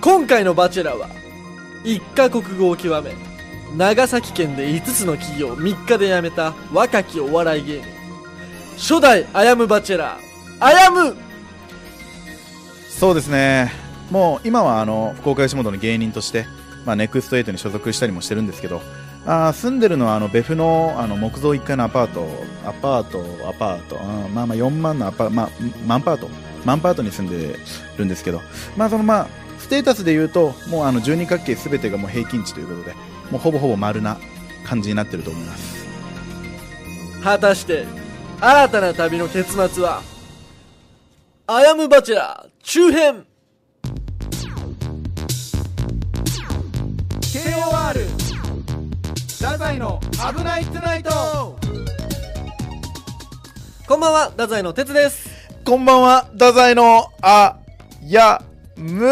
今回のバチェラーは、1カ国語を極め、長崎県で5つの企業を3日で辞めた若きお笑い芸人、初代あやむバチェラー、あやむそうですねもう今はあの福岡吉本の芸人として、まあ、ネクストエイトに所属したりもしてるんですけどあー住んでるのはあの別府のあの木造1階のアパートアパートアパート、うんまあまあ4万のアパ、まあ、マンパートマンパートに住んでるんですけどまあそのまあステータスで言うともうあの12角形全てがもう平均値ということでもうほぼほぼ丸な感じになってると思います果たして、新たな旅の結末は、あやむバチェラー、中編 KOR 太宰の危ないトゥナイトこんばんは、太宰の哲です。こんばんは、太宰の、あ、や、む。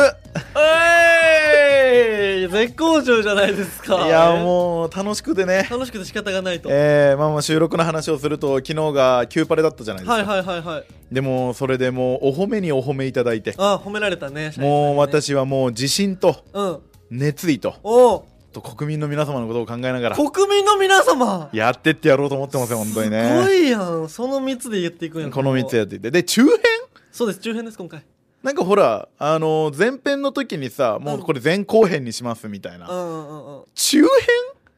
えい絶好調じゃないですいか。や、もう、楽しくてね。楽しくて仕方がないと。えー、まあまあ収録の話をすると、昨日がキューパレだったじゃないですか。はいはいはいはい。でも、それでもう、お褒めにお褒めいただいて、あ、褒められたね。社員さんにねもう。私はもう、自信と、うん。熱意と、おうと国民の皆様のことを考えながら、国民の皆様やってってやろうと思ってますよ、本当すごにね。いやん。その3つで言っていくんやこの3つや。やっていて。で、中編そうです、中編です、今回。なんかほら、あの前編の時にさ、もうこれ前後編にしますみたいな。うんうんうんうん。中編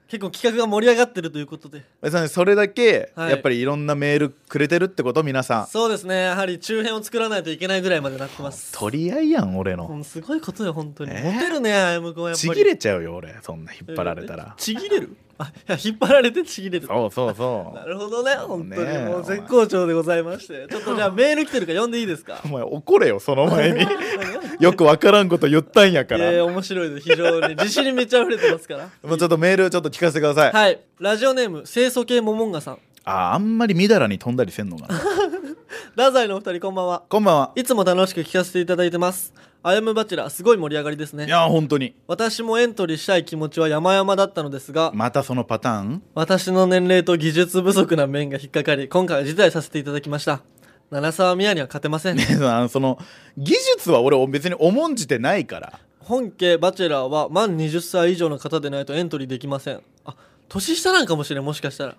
結構企画が盛り上がってるということで。まさにそれだけ、はいやっぱりいろんなメールくれてるってこと皆さんそうですね、やはり中編を作らないといけないぐらいまでなってます。取り合いやん俺のうんすごいことよ、本当に。えモテるね、あやむくんはやっぱり。ちぎれちゃうよ俺そんな引っ張られたらちぎれるあいや引っ張られてちぎれるそうそうそなるほどね本当にねえもう絶好調でございましてちょっとじゃあメール来てるから読んでいいです かうお前怒れよその前に よくわからんこと言ったんやかいやいらや面白いです非常に自信にめっちゃ溢れてますからもうちょっとメールちょっと聞かせてください、はいラジオネーム清楚系モモンガさんあーあんまりみだらに飛んだりせ んのかな太宰のお二人こんばんはこんばんはいつも楽しく聞かせていただいてますあやむバチェラーすごい盛り上がりですいねやー本当に私もエントリーしたい気持ちは山々だったのですがまたそのパターン 私の年齢と技術不足な面が引っかかり今回は辞退させていただきました七沢宮には勝てませんねあのその技術は俺別に重んじてないから 本家バチェラーは満20歳以上の方でないとエントリーできませんあ年下なんかもしれんもしかしたら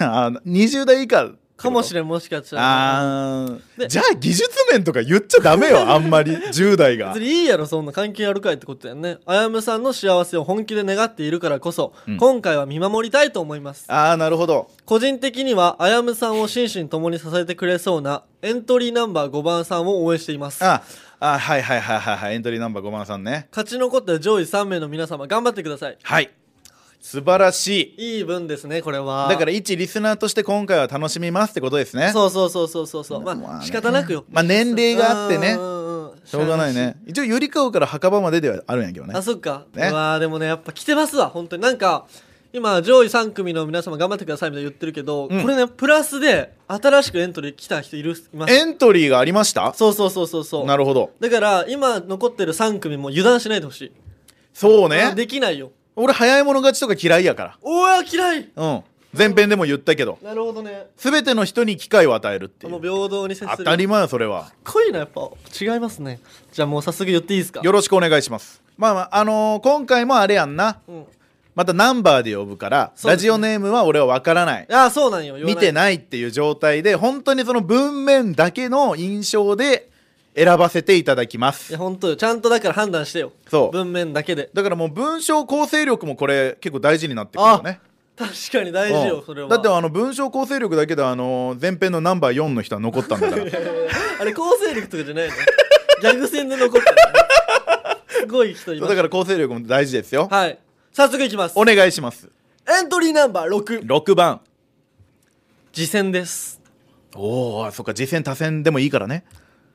あー20代以下かもれしれんもしかしたらあでーじゃあ技術面とか言っちゃダ メよあんまり10代が別にいいやろそんな関係あるかいってことやんねあやむさんの幸せを本気で願っているからこそ、うん今回は見守りたいと思いますああなるほど個人的にはあやむさんを心身ともに支えてくれそうなエントリーナンバー5番さんを応援していますああはいはいはいはいはいエントリーナンバー5番さんね勝ち残った上位3名の皆様頑張ってくださいはい素晴らしいいい分ですねこれはだから一リスナーとして今回は楽しみますってことですねそうそうそうそうそうそうまあまあね仕方なくよまあ年齢があってねうんうんうんしょうがないね一応ゆりかおから墓場までではあるんやけどねあそっか、ねうわーでもねやっぱ来てますわ本当になんか今上位3組の皆様頑張ってくださいみたいな言ってるけど、うんこれねプラスで新しくエントリー来た人いるいますエントリーがありましたそうそうそうそうそうなるほどだから今残ってる3組も油断しないでほしいそうあねできないよ俺早い者勝ちとか嫌いやかおー嫌いらうん前編でも言ったけどなるほどね全ての人に機会を与えるっていもうう平等に接する当たり前よそれはかっこいいなやっぱ違いますねじゃあもう早速言っていいですかよろしくお願いしますまあまああのー今回もあれやんなうん、またナンバーで呼ぶから、そうラですねジオネームは俺は分からないああそうなんよ言わ見てないっていう状態で本当にその文面だけの印象で選ばせていただきまいすや本当よちゃんとだから判断してよそう文面だけでだからもう文章構成力もこれ結構大事になってくるよね確かに大事うよんそれはだってあの文章構成力だけであの前編のナンバー4の人は残ったんだから あれ構成力とかじゃない のギャグ戦で残ったのすごい人いそまうだすから構成力も大事ですよはい早速いきますお願いしますエントリーナンバー6 6番次戦ですおおそっか次戦多戦でもいいからね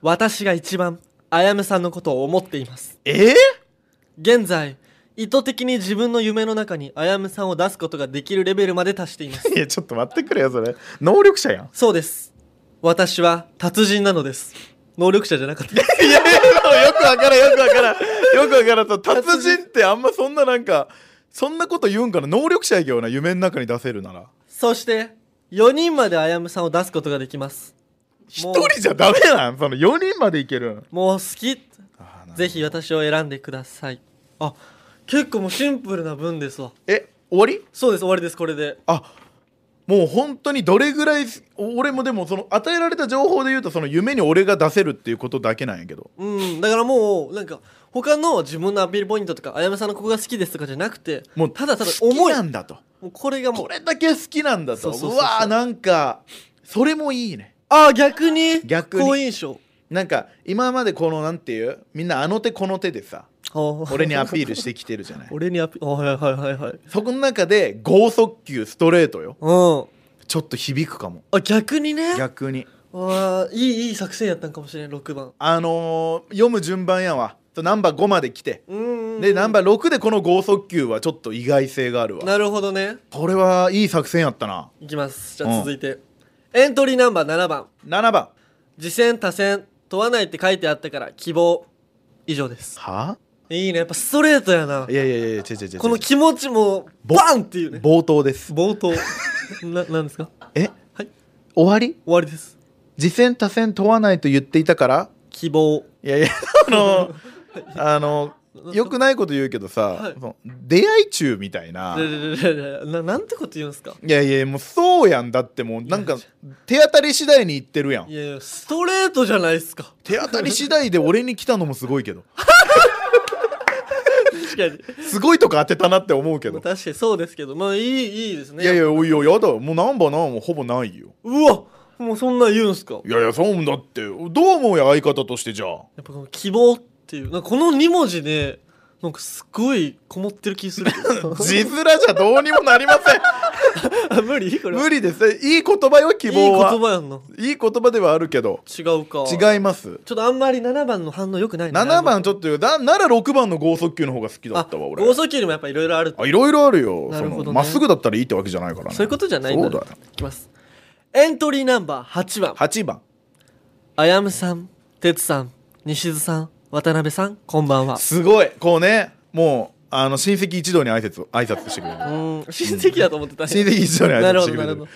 私が一番あやむさんのことを思っていますえー、現在意図的に自分の夢の中にあやむさんを出すことができるレベルまで達していますいやちょっと待ってくれよそれ能力者やんそうです私は達人なのです能力者じゃなかったですいやいやよくわからんよくわからんよくわからんと達人ってあんまそんななんかそんなこと言うんかな能力者やけどな夢の中に出せるならそして4人まであやむさんを出すことができます一人じゃダメなんその4人までいけるんもう好きあーなるほどぜひ私を選んでくださいあ結構もうシンプルな文ですわえ終わりそうです終わりですこれであもう本当にどれぐらいお俺もでもその与えられた情報で言うとその夢に俺が出せるっていうことだけなんやけどうんだからもうなんか他の自分のアピールポイントとかあやめさんのここが好きですとかじゃなくてもうただただ好き思いなんだともうこれがもうこれだけ好きなんだとそううそうそうそうわーなんかそれもいいねあ逆に逆に好印象なんか今までこのなんていうみんなあの手この手で さ俺にアピールしてきてるじゃない 俺にアピールはいはいはいはいそこの中で剛速球ストレートようんちょっと響くかもあ逆にね逆にわあいいいい作戦やったんかもしれん6番あのー読む順番やわとナンバー5まで来てうんでナンバー6でこの剛速球はちょっと意外性があるわなるほどねこれはいい作戦やったないきますじうゃんあ続いて、エントリーナンバー7番7番「次戦多戦問わない」って書いてあったから希望以上ですはいいねやっぱストレートやないやいやいや違う違う違うこの気持ちもぼバンっていうね冒頭です冒頭ななんですかえはい終わり終わりです次戦多戦問わないと言っていたから希望 いやいやあのあのよくないこと言うけどさ、はいその出会い中みたいなでででででななんてこと言うんですかいやいやもうそうやんだってもうなんかいや手当たり次第に言ってるやんいやいやストレートじゃないですか手当たり次第で俺に来たのもすごいけど確かにすごいとこ当てたなって思うけまあど確かにそうですけどまあいいいいですねいやいやおいややだもうナンバーナンもほぼないようわもうそんなん言うんすかやいやいやそうだってどう思うや相方としてじゃあ っぱこの希望っていうなんかこの2文字でなんかすごいこもってる気する字面じゃどうにもなりませんあ無理これ無理ですいい言葉よ希望はいいい言い葉やんな言葉ではあるけど違うかう違いますちょっとあんまり7番の反応良くないね7番ちょっと言うななら6番の剛速球の方が好きだあったわ俺剛速球にもやっぱいろいろあるあいろいろあるよなるほどねそのまっすぐだったらいいってわけじゃないからねそういうことじゃないんだそうだよいきますエントリーナンバー8番8番あやむさんてつさん西津さん渡辺さんこんばんはすごいこうねもうあの親戚一同に挨拶を挨拶してくれる うーん親戚だと思ってた 親戚一同にな挨る拶ほしどてくなれるてほる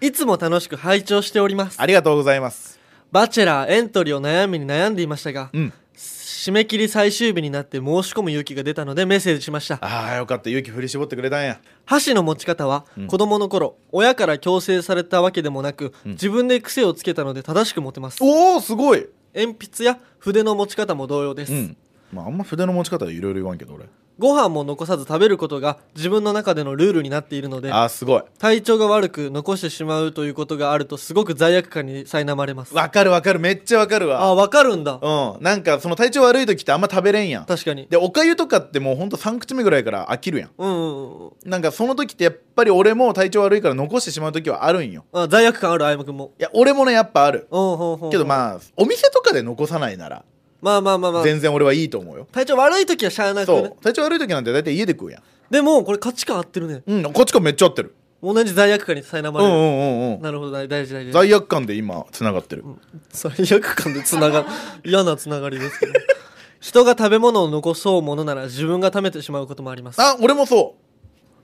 どいつも楽しく拝聴しておりますありがとうございますバチェラーエントリーを悩みに悩んでいましたが、うん締め切り最終日になって申し込む勇気が出たのでメッセージしましたああよかった勇気振り絞ってくれたんや箸の持ち方はうん子供の頃、親から強制されたわけでもなく、うん自分で癖をつけたので正しく持てますおおすごい鉛筆や筆の持ち方も同様です、うんまああんま筆の持ち方いろいろ言わんけど俺ご飯も残さず食べることが自分の中でのルールになっているのであーすごい体調が悪く残してしまうということがあるとすごく罪悪感に苛まれますわかるわかるめっちゃわかるあわわかるんだうんなんかその体調悪い時ってあんま食べれんやん確かにでおかゆとかってもうほんと3口目ぐらいから飽きるやんうんうんうんうんなんかその時ってやっぱり俺も体調悪いから残してしまう時はあるんよあ罪悪感あるあやむくんもいや俺もねやっぱあるうんうんうんけどまあお店とかで残さないならまあまあまあまあ全然俺はいいと思うよ体調悪い時はしゃあなくそねう体調悪い時なんて大体家で食うやんでもこれ価値観合ってるねうんこっちからめっちゃ合ってる同じ罪悪感に苛うまんれうんる、うんうんなるほど大大事大事罪悪感で今つながってる罪悪感でつな がる嫌なつながりですけど人が食べ物を残そうものなら自分が食べてしまうこともありますあ俺もそ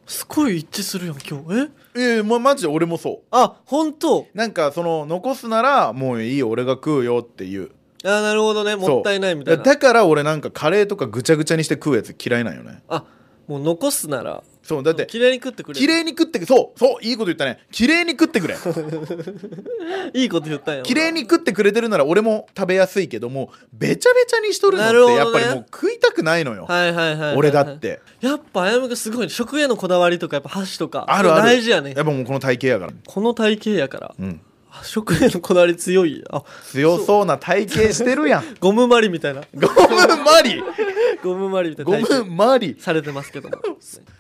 すごい一致するやん今日えうええまマジで俺もそうあ本当なんかその残すならもういいよ俺が食うよっていうあなるほどねそうもったいないみたいなだから俺なんかカレーとかぐちゃぐちゃにして食うやつ嫌いなんよねあもう残すならそうだって綺麗に食ってくれ綺麗に食ってそうそういいこと言ったね綺麗に食って くれいいこと言ったんや綺麗に食ってくれてるなら俺も食べやすいけどもべちゃべちゃにしとるのっなるほてどねやっぱりもう食いたくないのよ、はいはいはいはいはい俺だってやっぱあやむがすごいね食へのこだわりとかやっぱ箸とかあるある大事やねやっぱもうこの体型やからこの体型やからうんあ食へのこだわり強いあ強そうな体型して るやんゴムまりみたいなゴムマリゴムまりみたいなゴ体型ムマリされてますけ ども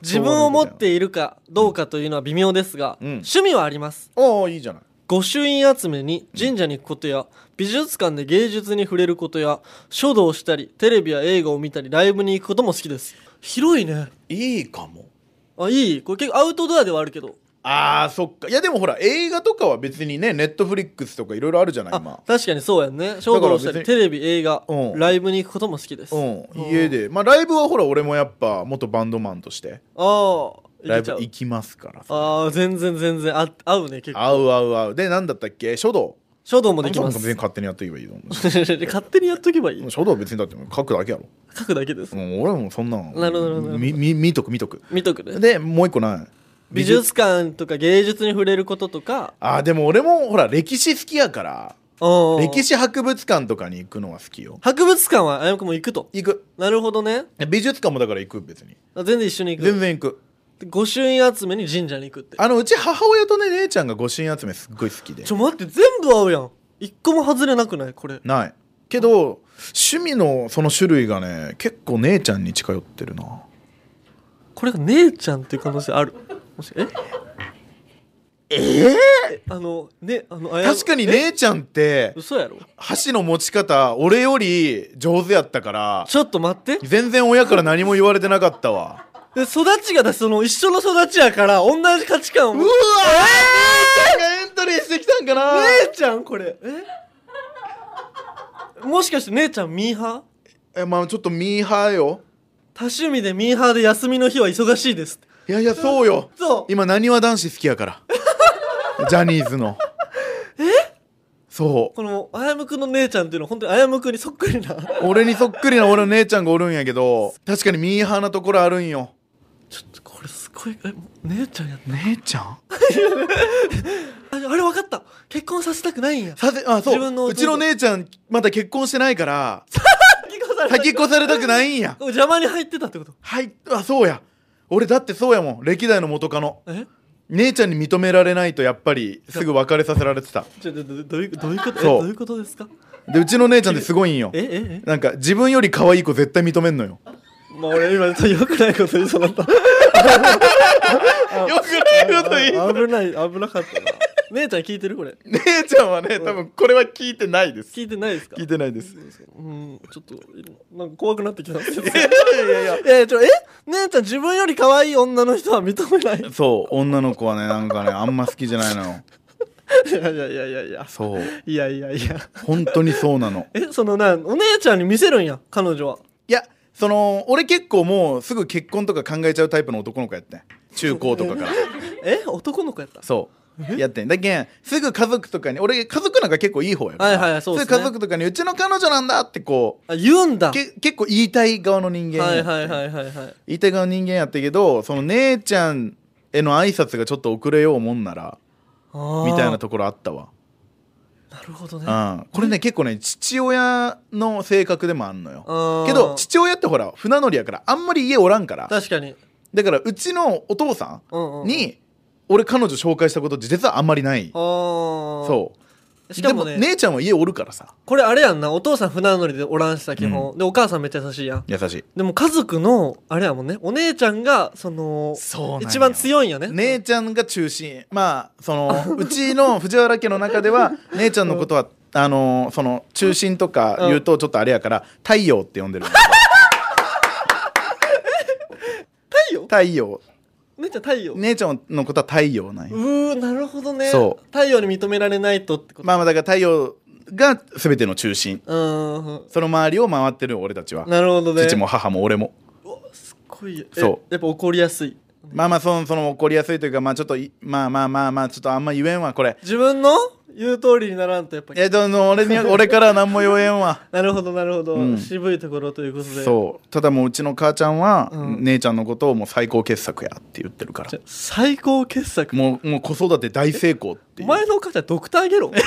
自分を持っているかどうかというのは微妙ですが、うん趣味はありますおおいいじゃない御朱印集めに神社に行くことや美術館で芸術に触れることや書道をしたりテレビや映画を見たりライブに行くことも好きです広いねいいかもあいいこれ結構アウトドアではあるけどあーそっかいやでもほら映画とかは別にねネットフリックスとかいろいろあるじゃないあ今確かにそうやんね書道をしたりだから別にテレビ映画うんライブに行くことも好きですうあん家でまあライブはほら俺もやっぱ元バンドマンとしてあーライいけちブゃう行きますからあー全然全然あ合うね結構合う合う合うで何だったっけ書道書道もでなんきかま別すに勝手にやっていけばいいと思うし 勝手にやっとけばいい書道は別にだって書くだけやろ書くだけですもう俺はもうそんなのなるほどなるほどみみ見とく見とく見とくねでもう一個ない美術館とか芸術に触れることとかあーでも俺もほら歴史好きやから歴史史博物館とかに行くのは好きよ博物館はあやむくんも行くと行くなるほどね美術館もだから行く別にあ全然一緒に行全く然行くで御朱印集めに神社に行くってあのうち母親とね姉ちゃんが御朱印集めすっごい好きでちょ待って全部合うやん一個も外れなくないこれないけど趣味のその種類がね結構姉ちゃんに近寄ってるなこれが姉ちゃんっていう可能性あるもしえええあのねあのあや確かに姉ちゃんって嘘やろ箸の持ち方俺より上手やったからちょっと待って全然親から何も言われてなかったわで育ちがだその一緒の育ちやから同じ価値観をうわー、姉ちゃんがエントリーしてきたんかな姉ちゃんこれえもしかして姉ちゃんミーハーえまあちょっとミーハーよ多趣味でミーハーで休みの日は忙しいですっていやいやそうよそう今なにわ男子好きや からジャニーズのえそこのあやむくんの姉ちゃんっていうのは本当にあやむくんにそっくりなう俺にそっくりな俺の姉ちゃんがおるんやけど確かにミーハーなところあるんよちょっとこれすごいえ姉ちゃんやっ姉ちゃんたああれ分かった結婚させたくないんやさてあそ自う分の弟うちの姉ちゃんまだ結婚してないから先越された先越されたくないんや邪魔に入ってたってことはいあそうや俺だってそうやもん歴代の元カノえ姉ちゃんに認められないとやっぱりすぐ別れさせられてたちょどどどういうどういうことえそうどういうことですかでうちの姉ちゃんってすごいんよえええなんか自分より可愛い子絶対認めんのよまあ俺今ちょっと良くないこと言いそうだ ったよくないこと言いあ危ない危なかったな姉ちゃん聞いてるこれ姉ちゃんはね多分これは聞いてないです聞いてないですか聞いてないですうんちょっとなんか怖くなってきたんですけどいやいやえちょえ姉ちゃん自分より可愛い女の人は認めないそう女の子はねなんかねあんま好きじゃないのよいやいやいやいやいやそういやいやいや本当にそうなのえそのなお姉ちゃんに見せるんや彼女はいやその俺結構もうすぐ結婚とか考えちゃうタイプの男の子やってん中高とかからえ男の子やったそうやってんだけんすぐ家族とかに俺家族なんか結構いい方やろはいはいそうっすねぐ家族とかにうちの彼女なんだってこあ言うんだうけ結構言いたい側の人間はいやってはいはいはいはい言いたい側の人間やったけどその姉ちゃんへの挨拶がちょっと遅れようもんならあーみたいなところあったわ、なるほどねうん、これね結構ね父親の性格でもあんのようんけど父親ってほら船乗りやからあんまり家おらんから確かにだからうちのお父さうんうんうんんに俺彼女紹介したことって実はあんまりないあーそうしかもでねも姉ちゃんは家おるからさこれあれやんなお父さん船乗りでおらんした基本、でお母さんめっちゃ優しいやん優しいでも家族のあれやもんねお姉ちゃんがそのそうなんよ一番強いんやね姉ちゃんが中心まあその うちの藤原家の中では姉ちゃんのことはあのその中心とか言うとちょっとあれやから太陽って呼んでる んだ太陽けど太陽姉ちゃん太陽、姉ちゃんのことは太陽なんうよーなるほどねそう太陽に認められないとってこと、まあまあだから太陽が全ての中心うーんその周りを回ってる俺たちはなるほどね父も母も俺もうわすっごいえそうやっぱ怒りやすいまあまあそのその怒りやすいというかまあちょっといまあまあまあまあちょっとあんま言えんわこれ自分の言う通りにならんとやっぱいやちょっと俺 には俺からは何も言えんわなるほどなるほど、うん渋いところということでそうただもううちの母ちゃんは、うん姉ちゃんのことをもう最高傑作やって言ってるからじゃ最高傑作もうもう子育て大成功っておいう前のお母ちゃんドクターゲロ別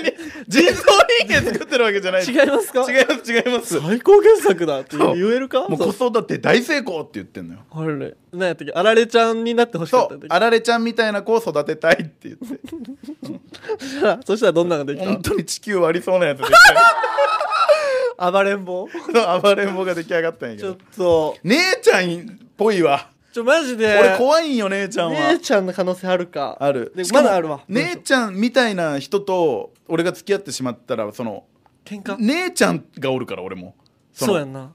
に人造人間作ってるわけじゃない違いますか違います違います最高傑作だって言そうえるかもう子育て大成功って言ってんのよあれ何やったっけあられちゃんになってほしかっそたんうだっあられちゃんみたいな子を育てたいって言ってけそしたらそしたらどんなのができ本当に地球割りそうなやつできたた暴れん坊そう暴れん坊が出来上がったんやけちょっどと姉ちゃんっぽいわちょマジで俺怖いんよ姉ちゃんは姉ちゃんの可能性あるかあるでしかまもだあるわ姉ちゃんみたいな人と俺が付き合ってしまったらその喧嘩姉ちゃんがおるから俺もそそのうやんな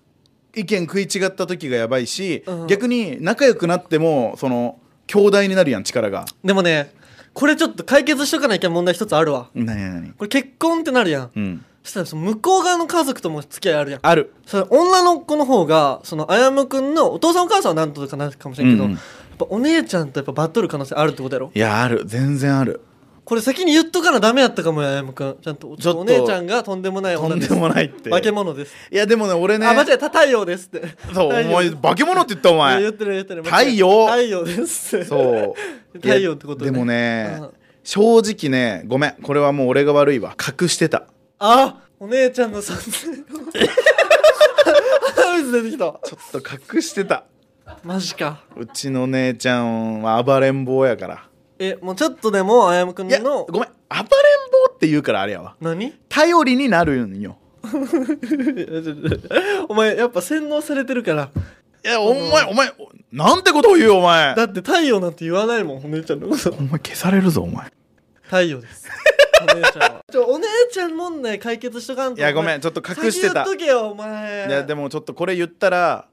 意見食い違った時がやばいし、うん逆に仲良くなってもその兄弟になるやん力がでもねこれちょっと解決しとかなきゃ問題一つあるわ何何何これ結婚ってなるやんうんそしたらその向こう側の家族とも付き合いあるやんあるそれ女の子の方がそのあやむくんのお父さんお母さんはなんとかなるかもしれんけど、うんうんやっぱお姉ちゃんとやっぱバトる可能性あるってことやろいやある全然あるこれ先に言っとかなダメやったかもやあやむくんちゃんとちょっとお姉ちゃんがとんでもないと女んでですもないって化け物です、いやでもね俺ねあ間違えた太陽ですって太そうお陽前化け物って言ったおいや言前ってる言ってる太陽太陽ですってそう 太陽ってことねでもねうん正直ねごめんこれはもう俺が悪いわ隠してたあお姉ちゃんの存在鼻水出てきたちょっと隠してたマジかうちの姉ちゃんは暴れん坊やからえもうちょっとでもあやむくんいやのごめん暴れん坊って言うからあれやわ何 頼りになるんよお前やっぱ洗脳されてるからいやお前お前なんてことを言うよお前だって太陽なんて言わないもんお姉ちゃんのことお前消されるぞお前太陽ですお姉ちゃんはちょお姉ちゃん問題解決しとかんといやごめんんちょっと隠して先言たっとけよお前いやでももちょっとこれ言ったら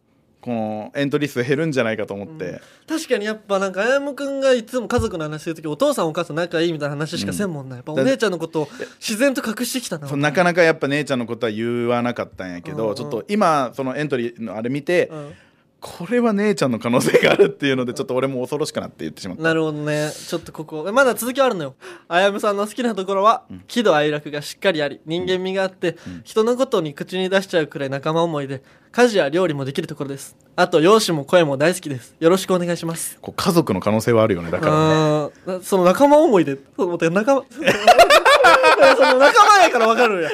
このエントリー数減るんじゃないかと思って、確かにやっぱなんかあやむくんがいつも家族の話するときお父さんお母さん仲いいみたいな話しかせんもんな、やっぱお姉ちゃんのことを自然と隠してきたなそうなかなかやっぱ姉ちゃんのことは言わなかったんやけど、うんうんちょっと今そのエントリーのあれ見て、うんこれは姉ちゃんの可能性があるっていうのでちょっと俺も恐ろしくなって言ってしまった、なるほどねちょっとここまだ続きはあるのよあやむさんの好きなところは、喜怒哀楽がしっかりあり人間味があって、人のことに口に出しちゃうくらい仲間思いで家事や料理もできるところですあと容姿も声も大好きですよろしくお願いしますこう家族の可能性はあるよねだからねあーなその仲間思いでそう思って仲間 その仲間やからわかるや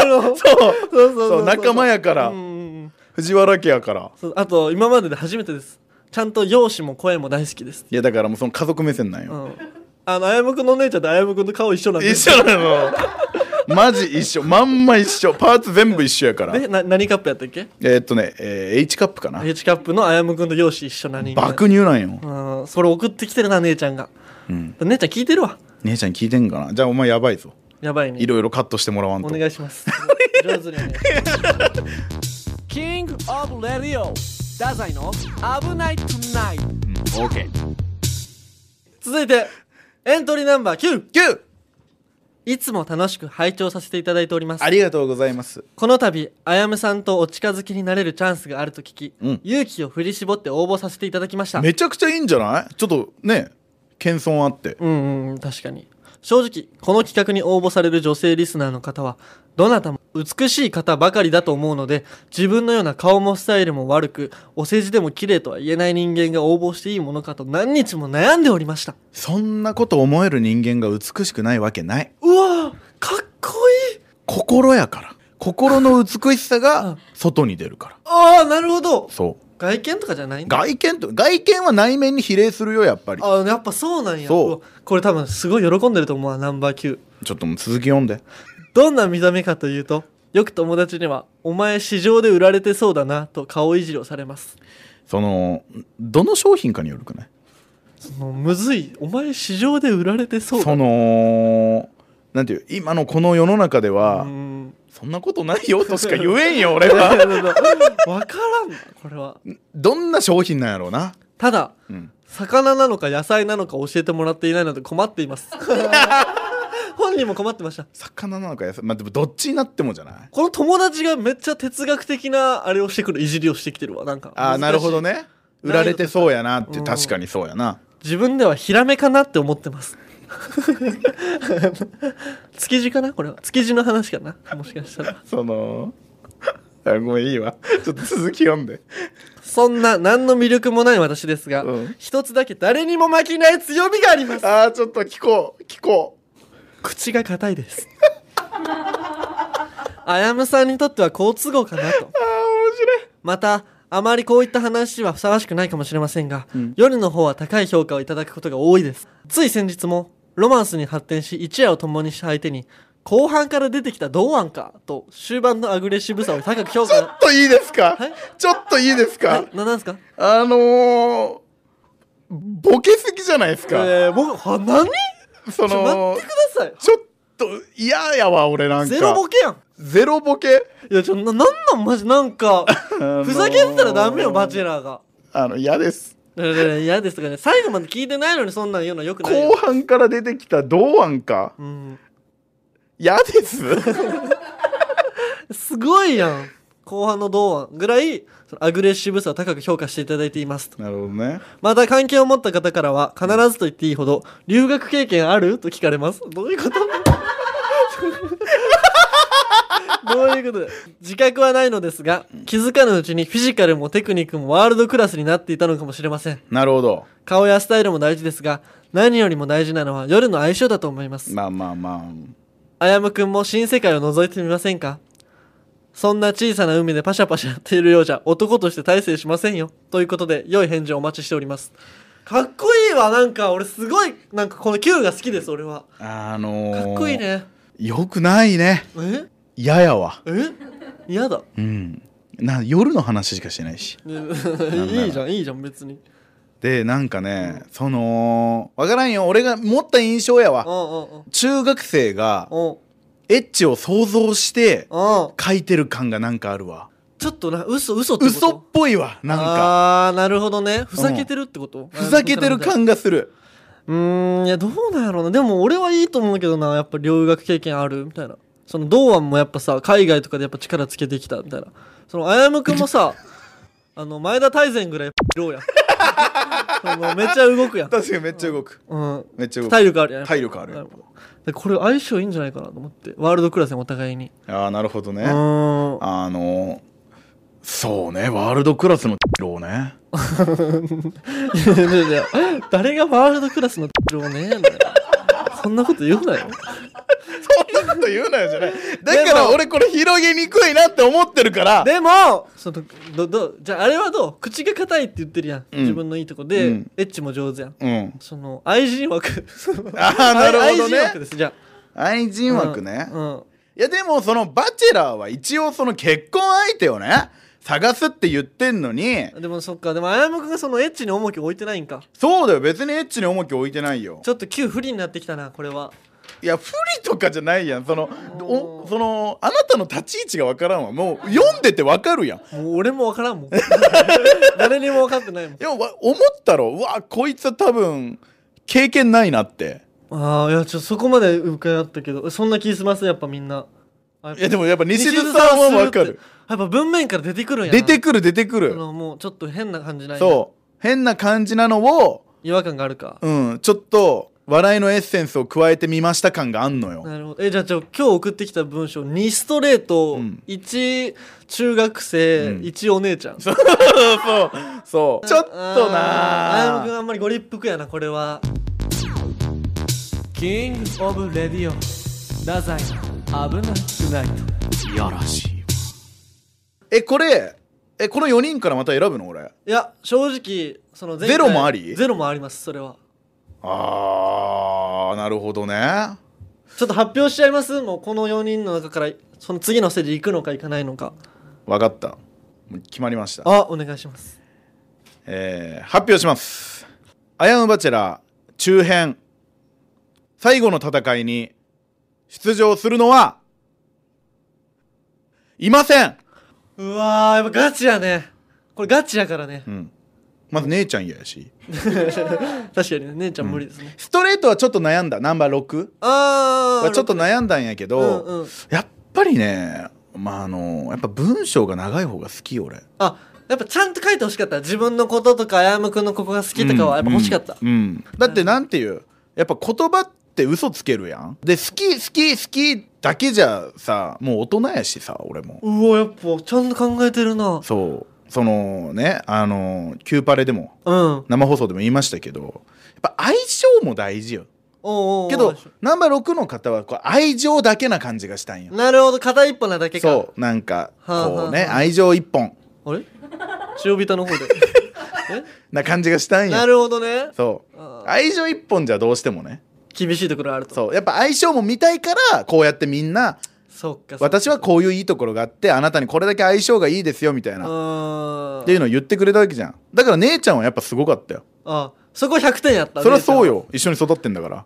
あのそう そそううそうそう仲間やからうんうんうん藤原家やからそうあと今までで初めてですちゃんと容姿も声も大好きですいやだからもうその家族目線なんうよ、んあのあやむくんのお姉ちゃんとあやむくんの顔一緒なんで一緒なのマジ一緒まんま一緒パーツ全部一緒やからでな何カップやったっけえーっとね、えー H カップかな H カップのあやむくんと容姿一緒な人間爆乳なんよ、うんそれ送ってきてるな姉ちゃんがうん、姉ちゃん聞いてるわ姉ちゃん聞いてんかなじゃあお前やばいぞやばいねいろいろカットしてもらわんおと願いします 上手にお願いしますキングオブレディオダザイの危ないトゥナイトオーケー続いてエントリーナンバー9 9いつも楽しく拝聴させていただいておりますありがとうございますこの度あやむさんとお近づきになれるチャンスがあると聞き、うん勇気を振り絞って応募させていただきましためちゃくちゃいいんじゃないちょっとね謙遜あってうんうん確かに正直この企画に応募される女性リスナーの方はどなたも美しい方ばかりだと思うので自分のような顔もスタイルも悪くお世辞でも綺麗とは言えない人間が応募していいものかと何日も悩んでおりましたそんなこと思える人間が美しくないわけないうわかっこいい心やから心の美しさが外に出るからああなるほどそう外見とかじゃないんだ外見と外見は内面に比例するよやっぱりあやっぱそうなんやそうわこれ多分すごい喜んでると思うわナンバー9ちょっともう続き読んでどんな見た目かというとよく友達には「お前市場で売られてそうだな」と顔いじりをされますそのどの商品かによるくないそのむずいお前市場で売られてそうだそのなんていう今のこの世の中では、うんそんなことないよとしか言えん よ俺はわからんなこれはどんな商品なんやろうな、ただうん、魚なのか野菜なのか教えてもらっていないので困っています 本人も困ってました魚なのか野菜まあでもどっちになってもじゃないこの友達がめっちゃ哲学的なあれをしてくるいじりをしてきてるわなんかああ難しいなるほどね売られてそうやなってうん確かにそうやな自分ではヒラメかなって思ってます築地かなこれは築地の話かなもしかしたらそのあごめんいいわちょっと続き読んでそんな何の魅力もない私ですが、うん一つだけ誰にも負けない強みがありますああちょっと聞こう聞こ口が硬いです あやむさんにとっては好都合かなとうああ面白いまたあまりこういった話はふさわしくないかもしれませんが、夜の方は高い評価をいただくことが多いですつい先日もロマンスに発展し一夜を共にした相手に後半から出てきた同案かと終盤のアグレッシブさを高く評ちょ価っといいですかはいちょっといいですかえななんですかあのー、ボケすぎじゃないですか、えー、僕は何そちょの待ってくださいちょっと嫌やわ俺なんかゼロボケやんゼロボケいやちょななんなんマジなんかふざけてたらダメよバチェラーがあの嫌ですいやいや嫌ですとかね最後まで聞いてないのにそんなん言うのよくない後よ、半から出てきた同案かうん、 嫌ですすごいやん後半の同案ぐらいそのアグレッシブさを高く評価していただいていますとなるほどねまた関係を持った方からは必ずと言っていいほど留学経験あると聞かれますどういうこと どういうことだ自覚はないのですが気づかぬうちにフィジカルもテクニックもワールドクラスになっていたのかもしれませんなるほど顔やスタイルも大事ですが何よりも大事なのは夜の相性だと思いますまあまあまあやむくんも新世界を覗いてみませんかそんな小さな海でパシャパシャやっているようじゃ男として大成しませんよということで良い返事をお待ちしておりますかっこいいわなんか俺すごいなんかこの Q が好きです俺はああのー、かっこいいねよくないねえややわえ嫌だうんな夜の話しかしてないしいいじゃんいいじゃん別にでなんかね、そのわからんよ俺が持った印象やうわんうん中学生がうんうんエッチを想像してうん書いてる感がなんかあるわちょっとな嘘嘘ってこと嘘っぽいわなんかああーなるほどねふざけてるってこと、ふざけてる感がするうーんいやどうなんやろうなでも俺はいいと思うけどなやっぱ留学経験あるみたいなその堂安もやっぱさ海外とかでやっぱ力つけてきたみたいなその歩夢君もさあの前田大然ぐらいローやんそのめっちゃ動くやん、確かにめっちゃ動くうん、めっちゃ動く体力あるやん体力あるでこれ相性いいんじゃないかなと思ってワールドクラスにお互いにああなるほどねうーんあのそうねワールドクラスのローねいやいやいや誰がワールドクラスのローねえのよそんなこと言うなよそんなこと言うなよじゃないだから俺これ広げにくいなって思ってるか らでもそのどどじゃああれはどう口が硬いって言ってるやん、うん自分のいいとこで、うんエッチも上手やんうんその愛人枠あ あなるほ愛ど人枠ねですじゃ愛あ人枠ね、うん、うんいやでもそのバチェラーは一応その結婚相手をね探すって言ってんのにでもそっかでもあやむくんがそのエッチに重きを置いてないんかそうだよ別にエッチに重き置いてないよちょっと旧不利になってきたなこれはいや不利とかじゃないやんそのおおーそのあなたの立ち位置が分からんわもう読んでて分かるやんもう俺も分からんもん 誰にも分かってないもんでもわ思ったろうわこいつは多分経験ないなってああいやちょっとそこまで伺ったけどそんな気しますやっぱみんなあいやでもやっぱ西津西津さんはすって分かるやっぱ文面から出てくるんやな出てくる出てくあるのもうちょっと変な感じないそう変な感じなのを違和感があるかうんちょっと笑いのエッセンスを加えてみました感があんのよなるほどえじゃあちょ今日送ってきた文章2ストレート、うん1中学生、うん1お姉ちゃんちょっそうそうそうちょっとあやむなくんーあんまりご立腹やなこれはキングオブレディオ太宰危なくないといやらしいわえこれえこの4人からまた選ぶの俺いや正直その前回ゼロもありゼロもありますそれはあーなるほどねちょっと発表しちゃいますもうこの4人の中からその次のステージ行くのか行かないのか分かったもう決まりましたあお願いしますえー発表します「アヤムバチェラー」中編最後の戦いに出場するのはいません、うわーやっぱガチやねこれガチやからねうん、まず姉ちゃん嫌やし確かにね姉ちゃん無理ですね、ストレートはちょっと悩んだナンバー6ああはちょっと悩んだんやけど、うんうんやっぱりねまああのやっぱ文章が長い方が好きよ俺あやっぱちゃんと書いてほしかった自分のこととかあやむくんのここが好きとかはやっぱ欲しかった、うんうんだってなんていうやっぱ言葉って嘘つけるやんで好き好き好きだけじゃさもう大人やしさ俺もうわやっぱちゃんと考えてるなそうそのねあのキューパレでもうんおう生放送でも言いましたけどやっぱ相性も大事よおうおうけどナンバー6の方はこう愛情だけな感じがしたんよなるほど片一歩なだけかそうなんかはあはあこうねはあ愛情一本あれ塩ビタの方 でな感じがしたんえよなるほどねそうあー愛情一本じゃどうしてもね厳しいところあるとそうやっぱ相性も見たいからこうやってみんなそっかそっか私はこういういいところがあってあなたにこれだけ相性がいいですよみたいなっあていうのを言ってくれたわけじゃんだから姉ちゃんはやっぱすごかったよあそこ100点やったそりゃそうよよ一緒に育ってんだから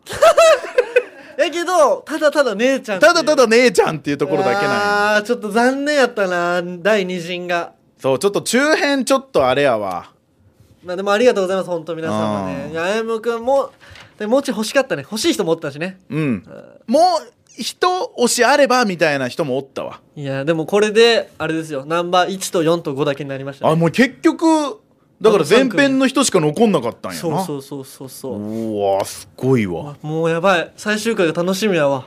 やけどただただ姉ちゃんっていうただただ姉ちゃんっていうところだけなんよああーちょっと残念やったな第2陣がそうちょっと中編ちょっとあれやわまあでもありがとうございます本当皆さんはねうんいやあやむくんもでもうちょい欲しかったね欲しい人もおったしねうんもう人押しあればみたいな人もおったわいやでもこれであれですよナンバー1と4と5だけになりました、ね、あもう結局だから前編の人しか残んなかったんやなそうそうそうそうそううわすごいわあもうやばい最終回が楽しみやわ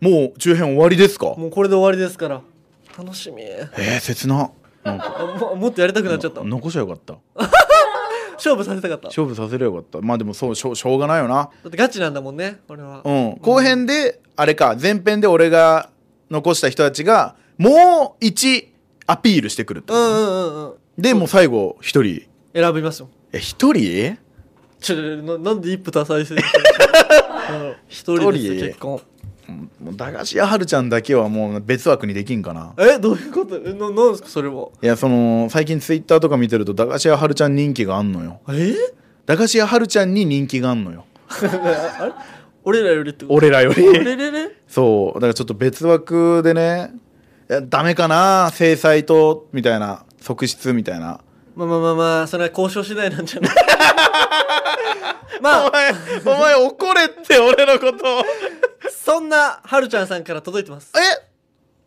もう中編終わりですかもうこれで終わりですから楽しみえー、切ななんかあももっとやりたくなっちゃった残しゃよかった勝負させたかっただ勝負させればよかったまあでもそうしょうしょうがないよなってガチなんだもんね俺はうん後編であれか前編で俺が残した人たちがもう1アピールしてくるってうんことうんうんうんでもう最後1人選びますよえ一人ちょちょちょななんで一夫多 妻制うん一人ですよ結婚うんもう駄菓子屋はるちゃんだけはもう別枠にできんかなえどういうことえななんですかそれはいやその最近ツイッターとか見てると駄菓子屋はるちゃん人気があんのよえ駄菓子屋はるちゃんに人気があんのよあれ俺らよりってこと俺らより俺れれそうだからちょっと別枠でねいやダメかな制裁とみたいな側室みたいなまあまあまあまあそれは交渉次第なんじゃない ま おあ前お前怒れって俺のこと をそんなはるちゃんさんから届いてますえ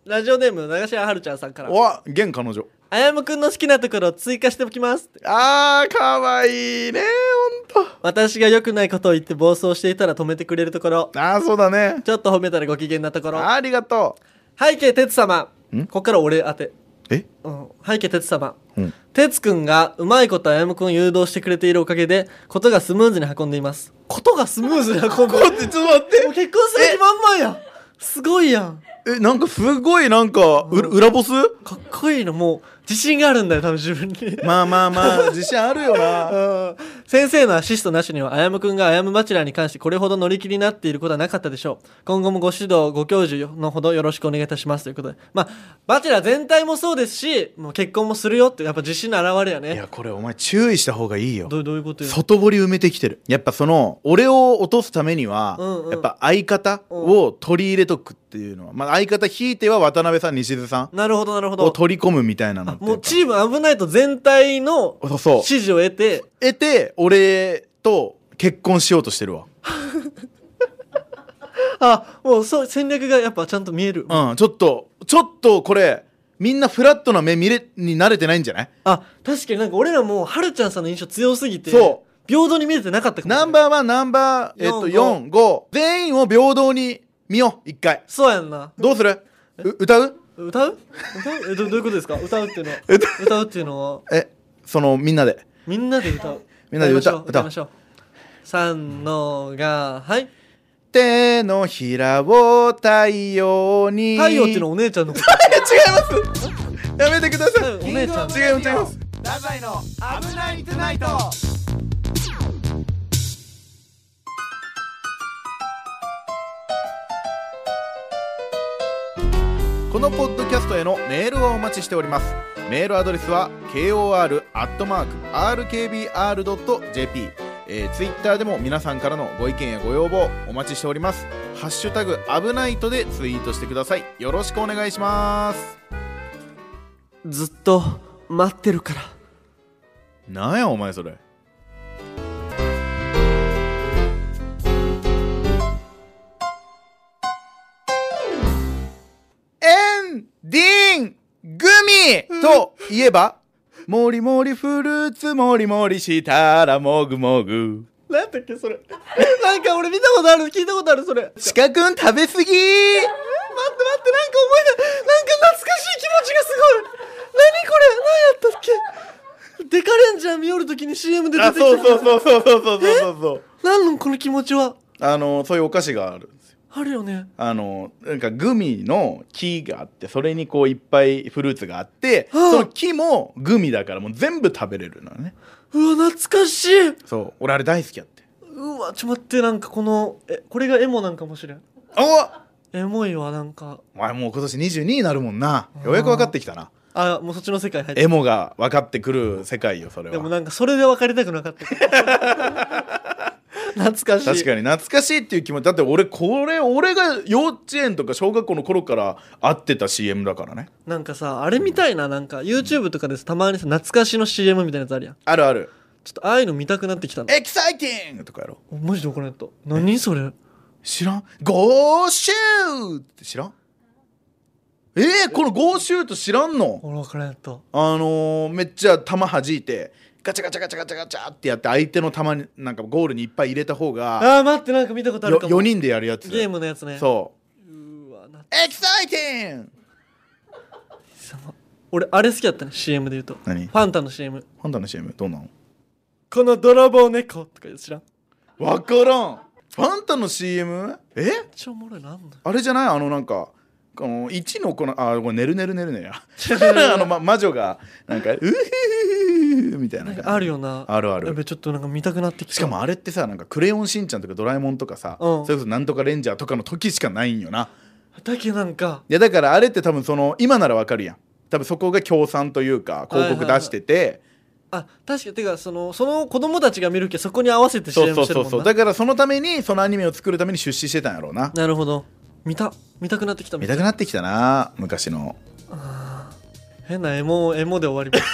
ラジオネーム長嶋はるちゃんさんからわ現彼女あやむくんの好きなところを追加しておきますってあーかわいいねほんと私が良くないことを言って暴走していたら止めてくれるところあーそうだねちょっと褒めたらご機嫌なところありがと背景哲様んこっから俺当て、うえうん、背景哲様うん哲くんがうまいことあやむくんを誘導してくれているおかげでことがスムーズに運んでいますことがスムーズに運んでちょっと待ってもう結婚する気満々やんすごいやんえなんかすごいなんかう裏ボスかっこいいのもう自信があるんだよ多分自分に まあまあまあ自信あるよ な先生のアシストなしにはあやむくんがあやむバチェラーに関してこれほど乗り気になっていることはなかったでしょう今後もご指導ご教授のほどよろしくお願いいたしますということでまあバチェラー全体もそうですしもう結婚もするよってやっぱ自信の表れやいねやこれお前注意した方がいいよどうどういうことよ外堀埋めてきてるやっぱその俺を落とすためには、うんうんやっぱ相方を取り入れとくっていうのは、まあ、相方ひいては渡辺さん西津さんなるほどなるほをど取り込むみたいなのってもうチーム危ないと全体のそうそう支持を得て得て俺と結婚しようとしてるわあもうそう戦略がやっぱちゃんと見える、うんちょっとちょっとこれみんなフラットな目見れに慣れてないんじゃないあ確かになんか俺らもはるちゃんさんの印象強すぎてそう平等に見えてなかったかもねナンバーワンナンバー、えっと、四45全員を平等に見よう一回そうやんなどうするう歌う歌う歌うえどどういう ことですか歌うっていうのは歌歌うっていうのはえそのみんなでみんなで歌うみんなで歌う歌いましょう歌いましょう三のがはい手のひらを太陽に太陽っていうのはお姉ちゃんのこと いや違いますやめてくださいお姉ちゃん違います違いますこのポッドキャストへのメールをお待ちしておりますメールアドレスは kor.rkbr.jp えー、ツイッターでも皆さんからのご意見やご要望お待ちしております「ハッシュタグ危ないと」でツイートしてくださいよろしくお願いしますずっと待ってるからなんやお前それエンディングミといえばもりもりフルーツもりもりしたらもぐもぐなんだっけそれなんか俺見たことある聞いたことあるそれ待って待鹿くん食べすぎってなんか思い出なんか懐かしい気持ちがすごい何これ何やったっけデカレンジャー見よるときに CM で出てあきたそうそうそうそうそうそうそうそう何のこの気持ちはあのそういうお菓子があるんですよあるよねあのなんかグミの木があってそれにこういっぱいフルーツがあって、はあその木もグミだからもう全部食べれるのよねうわ懐かしいそう俺あれ大好きやってうわちょっと待ってなんかこのえこれがエモなんかもしれんおエモいわなんかお前もう今年22になるもんなようやく分かってきたなあもうそっちの世界入ってエモが分かってくる世界よそれでもはなんかそれで別れたくなかった 懐かしい確かに懐かしいっていう気持ちだって俺これ俺が幼稚園とか小学校の頃から会ってた CM だからねなんかさあれみたいななんか YouTube とかでさたまにさ懐かしの CM みたいなやつあるやんあるあるちょっとああいうの見たくなってきたのエキサイティングとかやろおマジで怒られた何それ知らんゴーシューって知らんえー、このゴーシュート知らんの俺分からんやったあのーめっちゃ球弾いてガチャガチャガチャガチャガチャってやって相手の球になんかゴールにいっぱい入れた方があー待ってなんか見たことあるよか4も人でやるやつゲームのやつねそううーわなエキサイティングさま俺あれ好きだったね CM で言うと何ファンタの CM ファンタの CM どうなのこの泥棒猫とか知らんめっわからんファンタの CM? えちゃおもろいなんだあれじゃないあのなんかあの1のこのあこれ寝る寝る寝る 寝るやあの、ま、魔女がなんか「うふふふふ」みたいななん感じかあるよなあるあるやべちょっとなんか見たくなってきたしかもあれってさなんか「クレヨンしんちゃん」とか「ドラえもん」とかさ、うんそれこそ「なんとかレンジャー」とかの時しかないんよなだけなんかいやだからあれって多分その今ならわかるやん多分そこが協賛というか広告出してて、あ確かてかそのその子供たちが見るけどそこに合わせてそう CM そうしてそるうもそんうなだからそのためにそのアニメを作るために出資してたんやろうななるほど見た見たくなってきた見たくなってきたな昔の変なエモエモで終わ りま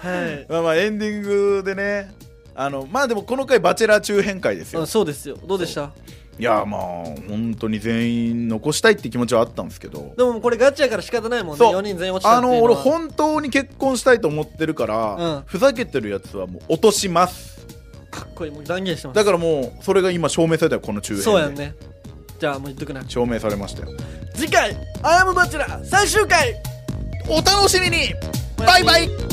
すはいまあまあエンディングでねあのまあでもこの回バチェラー中編会ですよあそうですよどうでしたいやまあ本当に全員残したいって気持ちはあったんですけどでもこれガチやから仕方ないもんねそう4人全員落ちたあっていうのの俺は本当に結婚したいと思ってるから、うんふざけてるやつはもう落としますかっこいいもう断言してますだからもうそれが今証明されたよこの中編でそうやんねじゃあもう言っとくな証明されましたよ次回「アイアムバチェラー」最終回お楽しみにバイバイ